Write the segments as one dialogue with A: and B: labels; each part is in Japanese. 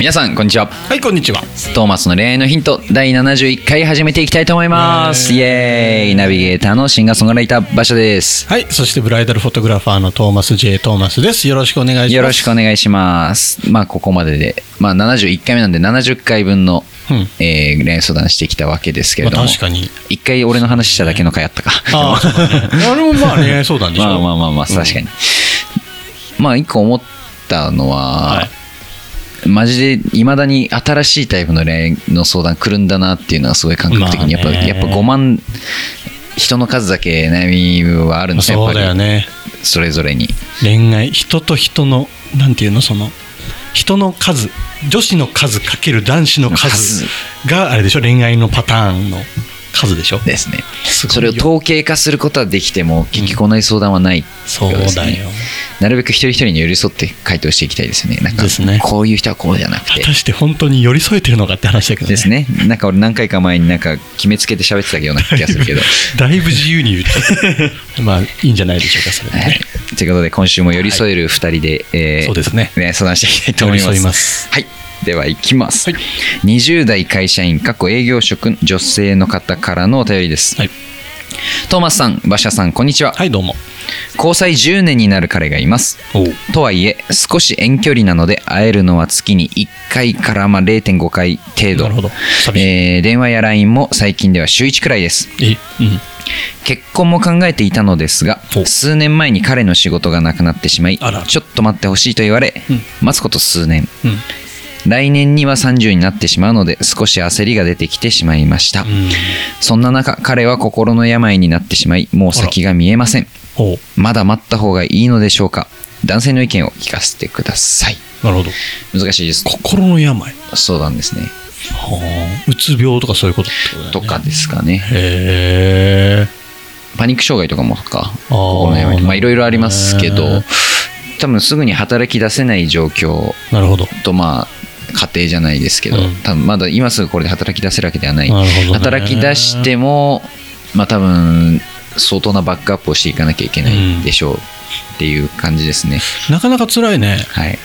A: 皆さんこんにちは
B: はい、こんにちは。
A: トーマスの恋愛のヒント第71回始めていきたいと思いますイエーイナビゲーターのシンガーソングライター馬車です
B: はい、そしてブライダルフォトグラファーのトーマス J. トーマスです。よろしくお願いします。
A: よろしくお願いしますまあここまででまあ71回目なんで70回分の、
B: うん
A: えー恋愛相談してきたわけですけれども、
B: まあ確 かに
A: 一回俺の話しただけの回あったか
B: ああ、そうだね。あれもまあ恋 愛相談でしょ。
A: まあまあまあまあ確かに、まあ一個思ったのは、
B: はい
A: マジでいまだに新しいタイプの恋愛の相談来るんだなっていうのはすごい感覚的にやっぱ,、
B: まあね
A: やっぱ5万人の数だけ悩みはあるん
B: まあ
A: ですね
B: そうだ
A: や
B: よ
A: っぱ
B: ね。
A: りそれぞれに
B: 恋愛、人と人の、なんていうの、その、人の数、女子の数かける男子の数が、あれでしょ、恋愛のパターンの数でしょ。
A: ですね
B: すごいよ
A: それを統計化することはできても結局同じ相談はないって
B: そ
A: こ
B: う
A: とですね、
B: だよ。
A: なるべく一人一人に寄り添って回答していきたいですよねなんか
B: ですね
A: こういう人はこうじゃなく
B: 果
A: て
B: たして本当に寄り添えてるのかって話だけど
A: で
B: ね。
A: すねなんか俺何回か前になんか決めつけて喋ってたような気がする けど
B: だいぶ自由に言っちゃ った。まあ、いいんじゃないでしょうか、それで
A: は
B: ね
A: い。、ということで今週も寄り添える2人で、えー
B: そうですね
A: 相談していきたいと思います
B: 寄り添います
A: はいではいきます、
B: はい
A: 20代会社員過去営業職女性の方からのお便りです、
B: はい。
A: トーマスさん馬車さんこんにちは、
B: はい、どうも。
A: 交際10年になる彼がいます
B: おう
A: とはいえ少し遠距離なので会えるのは月に1回からまあ0.5回程度
B: なるほど寂しい
A: えー電話や LINE も最近では週1くらいです
B: え、うん。
A: 結婚も考えていたのですが
B: お
A: 数年前に彼の仕事がなくなってしまい
B: あら
A: ちょっと待ってほしいと言われ、
B: うん
A: 待つこと数年
B: うん。
A: 来年には30になってしまうので少し焦りが出てきてしまいました、
B: うん。
A: そんな中彼は心の病になってしまいもう先が見えません
B: おう
A: まだ待った方がいいのでしょうか男性の意見を聞かせてください
B: なるほど。
A: 難しいです
B: 心の病。
A: 相談ですね
B: はあ。うつ病とかそういうことってことだよね。
A: とかですかね
B: へえ。
A: パニック障害とかもとか
B: あー
A: 心の病とかまあいろいろありますけ
B: へ
A: ど
B: ー
A: 多分すぐに働き出せない状況
B: なるほど。
A: とまあ家庭じゃないですけど、
B: うん
A: 多分まだ今すぐこれで働き出せるわけではない、
B: なるほどね
A: 働き出してもまあ多分相当なバックアップをしていかなきゃいけないでしょうっていう感じですね、
B: なかなか辛いね。
A: はい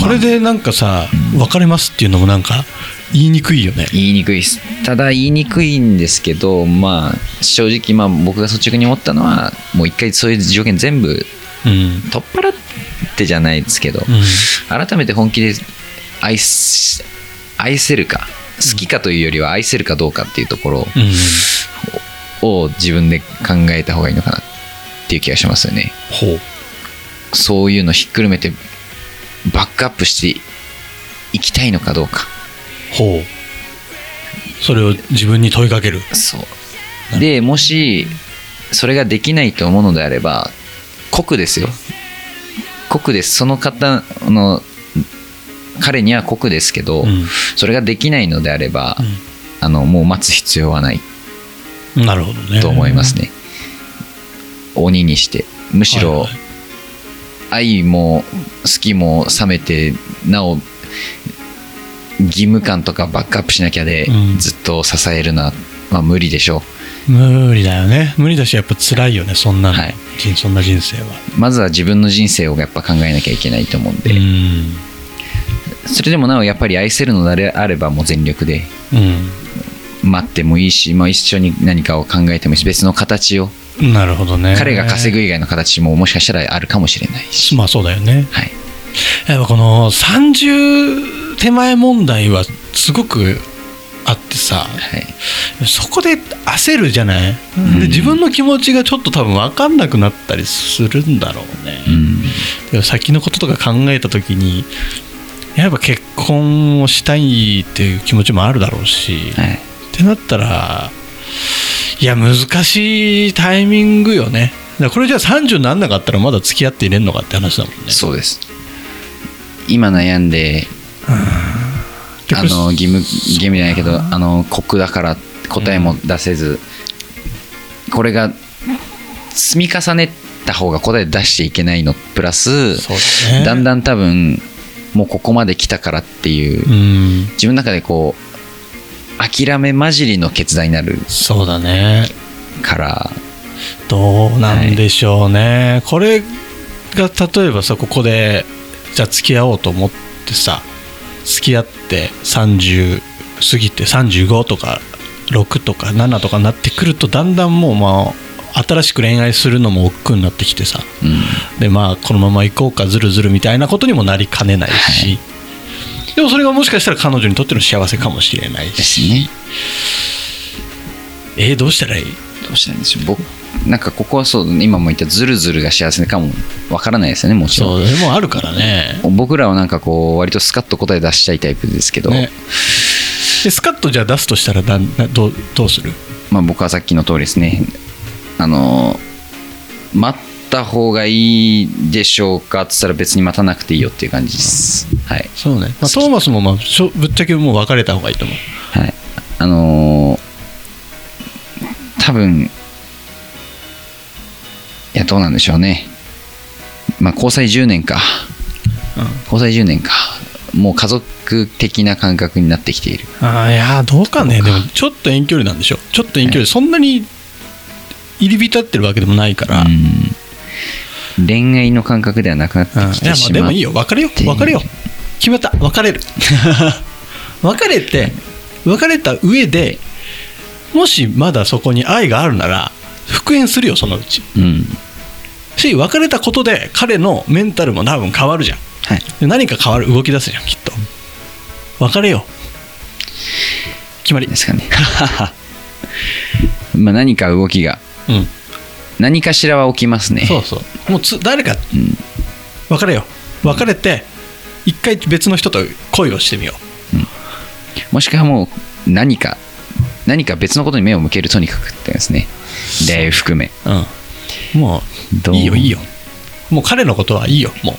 B: これでなんかさ、別れますっていうのもなんか言いにくいよね。
A: 言いにくいですただ言いにくいんですけどまあ正直まあ僕が率直に思ったのはもう一回そういう条件全部
B: うん。
A: 取っ払ってじゃないですけど、
B: うん。
A: 改めて本気で愛し愛せるか好きかというよりは愛せるかどうかっていうところ
B: うん。
A: を自分で考えた方がいいのかなっていう気がしますよね
B: ほう。
A: そういうのひっくるめてバックアップしていきたいのかどうか
B: ほう。それを自分に問いかける。
A: そうでもしそれができないと思うのであれば酷ですよ酷ですその方の彼には酷ですけど、
B: うん
A: それができないのであれば、あのもう待つ必要はない
B: うん。なるほどね。
A: と思います。ね、鬼にしてむしろ
B: はいはい
A: 愛も好きも冷めてなお義務感とかバックアップしなきゃで、
B: うん
A: ずっと支えるのは、まあ、無理でしょう
B: 無理だよね無理だしやっぱ辛いよねそんなの、
A: はい
B: 人そんな人生は
A: まずは自分の人生をやっぱ考えなきゃいけないと思うんで、
B: うん
A: それでもなおやっぱり愛せるのであればもう全力で待ってもいいし、まあ、一緒に何かを考えてもいいし別の形を
B: うんなるほどね
A: 彼が稼
B: ぐ
A: ぐ以外の形ももしかしたらあるかもしれないし、
B: まあそうだよね
A: はい、
B: やっぱこの30手前問題はすごくあってさ
A: はい、
B: そこで焦るじゃない、
A: ん
B: で自分の気持ちがちょっと多分分かんなくなったりするんだろうね、
A: うん
B: でも先のこととか考えた時にやっぱ結婚をしたいっていう気持ちもあるだろうし、
A: はい、
B: ってなったらいや難しいタイミングよねだからこれじゃあ30になんなかったらまだ付き合っていれんのかって話だもんね
A: そうです今悩んであの義務義務じゃないけどあの酷だから答えも出せず、これが積み重ねた方が答え出していけないのプラス、
B: そうだね
A: だんだん多分もうここまで来たからっていう、
B: うん
A: 自分の中でこう諦め混じりの決断になる
B: そうだね
A: から
B: どうなんでしょうね、これが例えばさここでじゃあ付き合おうと思ってさ付き合って30過ぎて35とか6とか7とかなってくるとだんだんもうまあ新しく恋愛するのも億劫になってきてさ
A: うん
B: でまあこのまま行こうかずるずるみたいなことにもなりかねないし、でもそれがもしかしたら彼女にとっての幸せかもしれない
A: で
B: し
A: すね
B: えーどうしたらいい
A: どうしたらいいんでしょう僕なんかここはそう今も言ったズルズルが幸せかもわからないですよねもちろ
B: そうでもあるからね
A: ん僕らはなんかこう割とスカッと答え出したいタイプですけど、
B: ね、でスカッとじゃあ出すとしたらだんなどうどうする
A: まあ、僕はさっきの通りですねあの待った方がいいでしょうかっつったら別に待たなくていいよっていう感じですはい
B: そうね、まあ、トーマスも、まあ、しょぶっちゃけもう別れた方がいいと思う
A: はい、あのー多分いやどうなんでしょうね、まあ、交際10年か、
B: うん
A: 交際10年かもう家族的な感覚になってきている
B: ああいやーどうかねでもちょっと遠距離なんでしょちょっと遠距離、そんなに入り浸ってるわけでもないから、うん
A: うん恋愛の感覚ではなくなって
B: いやま
A: きて
B: あ
A: し
B: で
A: ま
B: も
A: う
B: いいよ別れよ
A: て
B: 別れよ決めた別れる 別れて別れた上でもしまだそこに愛があるなら復縁するよそのうち
A: うん
B: し別れたことで彼のメンタルも多分変わるじゃん
A: はい、
B: で何か変わる動き出すじゃんきっと別れよ 決まり
A: ですかねまあ何か動きが
B: うん
A: 何かしらは起きますね
B: そうそうもうつ誰か
A: うん
B: 別れよ別れて一回別の人と恋をしてみよ
A: もしくはもう何か何か別のことに目を向けるとにかくってですね出会いを含め
B: う、うん、も
A: ど
B: う
A: う
B: いいよいいよもう彼のことはいいよもう、
A: うん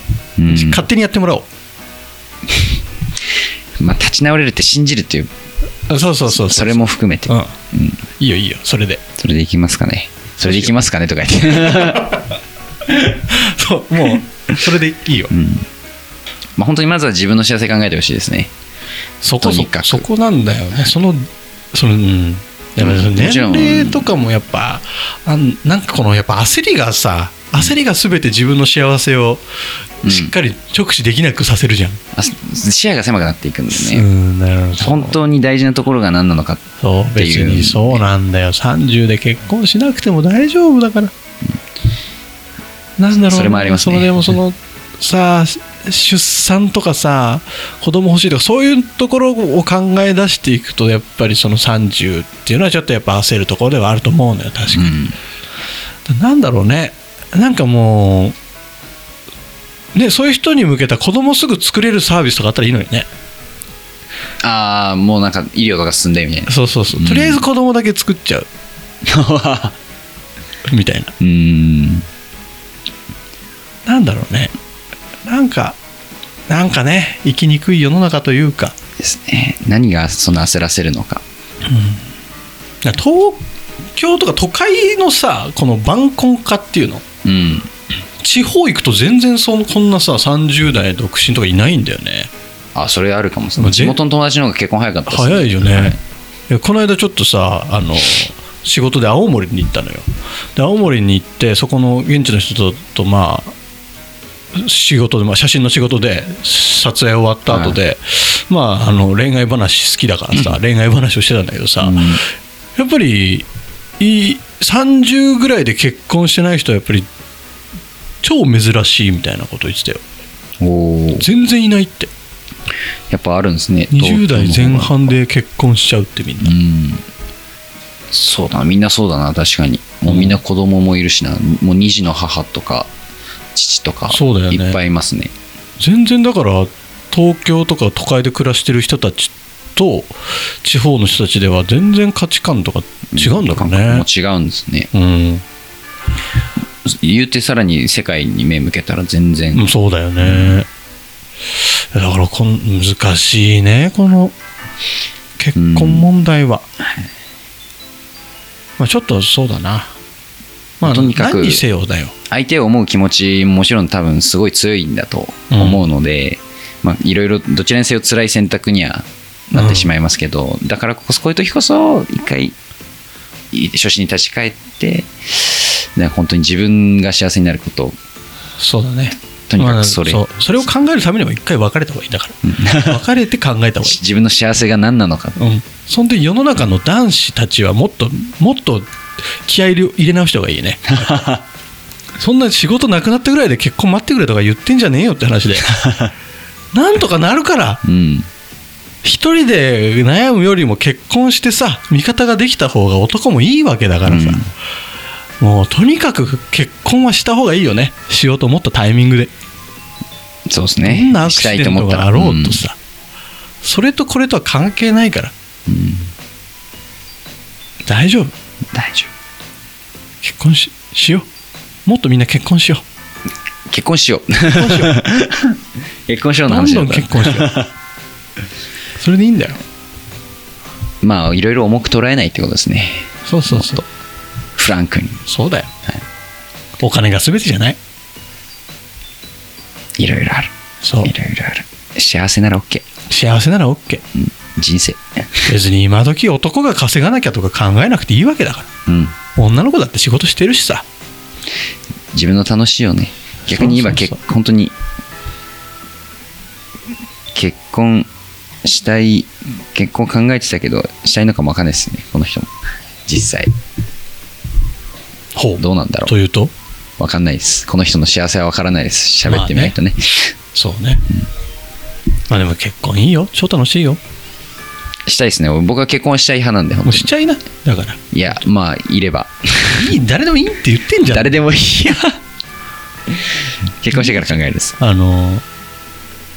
B: 勝手にやってもらおう
A: まあ、立ち直れるって信じるっていう
B: あそうそうそうう
A: それも含めて、
B: うん
A: うん
B: いいよいいよそれで
A: それでいきますかねそれでいきますかねとか言って、
B: そうもうそれでいいよ、
A: うんまあ、本当にまずは自分の幸せ考えてほしいですね
B: そこ
A: と
B: そ
A: に
B: こ
A: かく
B: そこなんだよねそのそのうんでも
A: うん
B: その
A: もちろん
B: 年齢とかもやっぱあんなんかこのやっぱ焦りがさ焦りが全て自分の幸せを
A: うん
B: しっかり直視できなくさせるじゃん、
A: あ視野が狭くなっていくんで
B: う
A: ね
B: んなるほど
A: 本当に大事なところが何なのか
B: そう
A: て
B: 別
A: いう
B: にそうなんだよ30で結婚しなくても大丈夫だから、なんだろう
A: それもありますね
B: そのでもそのさ出産とかさ子供欲しいとかそういうところを考え出していくとやっぱりその30っていうのはちょっとやっぱ焦るところではあると思うのよ確かに、なんだろうねなんかもうねそういう人に向けた子供すぐ作れるサービスとかあったらいいのよね
A: うんああもうなんか医療とか進んでみたいな
B: そうそうそう、とりあえず子供だけ作っちゃうみたいな
A: うん
B: なんだろうねなんかなんかね生きにくい世の中というか
A: ですね何がそんな焦らせるのか
B: 東京とか都会のさこの晩婚化っていうの
A: うん
B: 地方行くと全然そのこんなさ30代独身とかいないんだよね
A: あそれあるかもしれ
B: ま
A: な
B: あ
A: い地元の友達の方が結婚早かったです
B: 早いよね、いやこの間ちょっとさあの仕事で青森に行ったのよで青森に行ってそこの現地の人ととまあ仕事で、まあ、写真の仕事で撮影終わった後で、まああの恋愛話好きだからさ、恋愛話をしてたんだけどさ、
A: うん
B: やっぱりい30ぐらいで結婚してない人はやっぱり超珍しいみたいなこと言ってたよ
A: おー
B: 全然いないって
A: やっぱあるんですね
B: 20代前
A: 東
B: 半で結婚しちゃうってみんな
A: 京の方がうんそうだなみんなそうだな確かにもうみんな子供もいるしなもう2児の母とか父とか
B: そうだよね
A: いっぱいいますね
B: 全然だから東京とか都会で暮らしてる人たちと地方の人たちでは全然価値観とか違うんだろ
A: 感。
B: うね
A: 覚も違うんですね
B: うん、
A: 言うてさらに世界に目向けたら全然、
B: うんそうだよね。だからこん難しいねこの結婚問題は。まあちょっとそうだな。
A: まあとにかく
B: 何にせよだよ
A: 相手を思う気持ちももちろん多分すごい強いんだと思うので、まあいろいろどちらにせよ辛い選択にはなってしまいますけど、だからこそこういう時こそ一回い初心に立ち返ってね本当に自分が幸せになることを
B: そうだね
A: とにかくそれ
B: まあそうそれを考えるためにも一回別れた方がいいだから別れて考えた方がいい
A: 自分の幸せが何なのか
B: うん、そんで世の中の男子たちはもっともっと気合い入れ直した方がいい ねそんな仕事なくなったぐらいで結婚待ってくれとか言ってんじゃねえよって 話でなんとかなるから
A: うん
B: 一人で悩むよりも結婚してさ味方ができた方が男もいいわけだからさ、もうとにかく結婚はした方がいいよねしようと思ったタイミングで
A: そうです
B: ど
A: ね
B: んなアク
A: し
B: シ
A: たい
B: デ
A: と
B: ン
A: 思
B: ト
A: った
B: が
A: ら
B: あろうとさ、それとこれとは関係ないから
A: うんうん
B: 大丈夫
A: 大丈
B: 結婚ししようもっとみんな結婚しよう
A: 夫結婚しよう
B: 結婚しよう
A: 結婚しようの
B: どん
A: 話だ
B: ど
A: っ
B: ん
A: た
B: 結婚しよ うそれでいいんだよ
A: まあいろいろ重く捉えないってことですね
B: そうそうそう
A: フランクに
B: そうだよ、
A: はい
B: お金が全てじゃない
A: いろいろある
B: そう
A: いろいろある幸せなら OK、
B: 幸せなら OK
A: うん、人生
B: 別に今時男が稼がなきゃとか考えなくていいわけだから
A: うん
B: 女の子だって仕事してるしさ
A: 自分の楽しいよね逆に今
B: そう
A: 結
B: そうそう
A: 本当に結婚したい結婚考えてたけどしたいのかもわかんないですねこの人も実際
B: ほ
A: どうなんだろ
B: というと
A: うわかんないですこの人の幸せはわからないです喋ってみないとね,、
B: そうね、まあでも結婚いいよ超楽しいよ
A: したいですね僕は結婚したい派なんで本
B: も
A: 当に
B: うしちゃいなだから
A: いやまあいれば
B: いい誰でもいいって言ってんじゃん
A: 誰でもいいや結婚してから考えるです
B: あの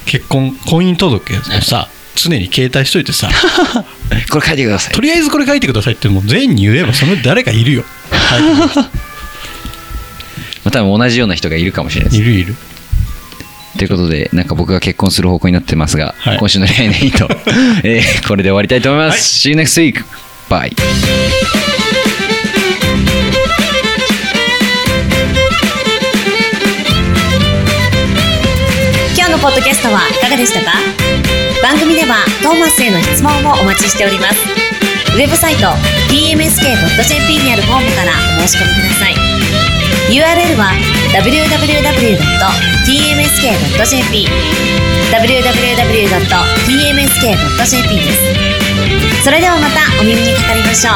B: 結婚婚姻届をさ常に携帯しといてさ
A: これ書いてください
B: とりあえずこれ書いてくださいってもう全員に言えばその誰かいるよ
A: まあ多分同じような人がいるかもしれないです
B: いるいる
A: ということで、なんか僕が結婚する方向になってますが、
B: はい
A: 今週の恋愛のヒン ト、えーこれで終わりたいと思います。See you next week! Bye!
C: 「今日のポッドキャストはいかがでしたか番組ではトーマスへの質問もお待ちしておりますウェブサイト tmsk.jp にあるフォームからお申し込みください URL は www.tmsk.jp www.tmsk.jp ですそれではまたお耳にかかりましょう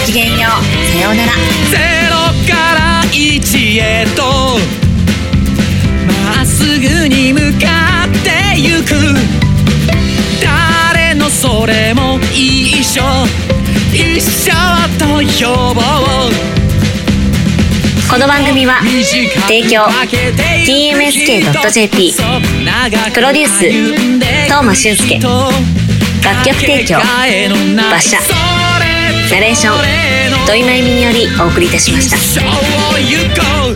C: ごきげんようさようなら
D: ゼロから一へとまっすぐに向かってゆく誰のそれも一緒一緒と呼ぼう
C: この番組は提供 TMSK.jp プロデュース東間俊介楽曲提供馬車ナレーション土井真由美によりお送りいたしました
D: 一生を行こう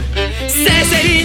D: せせり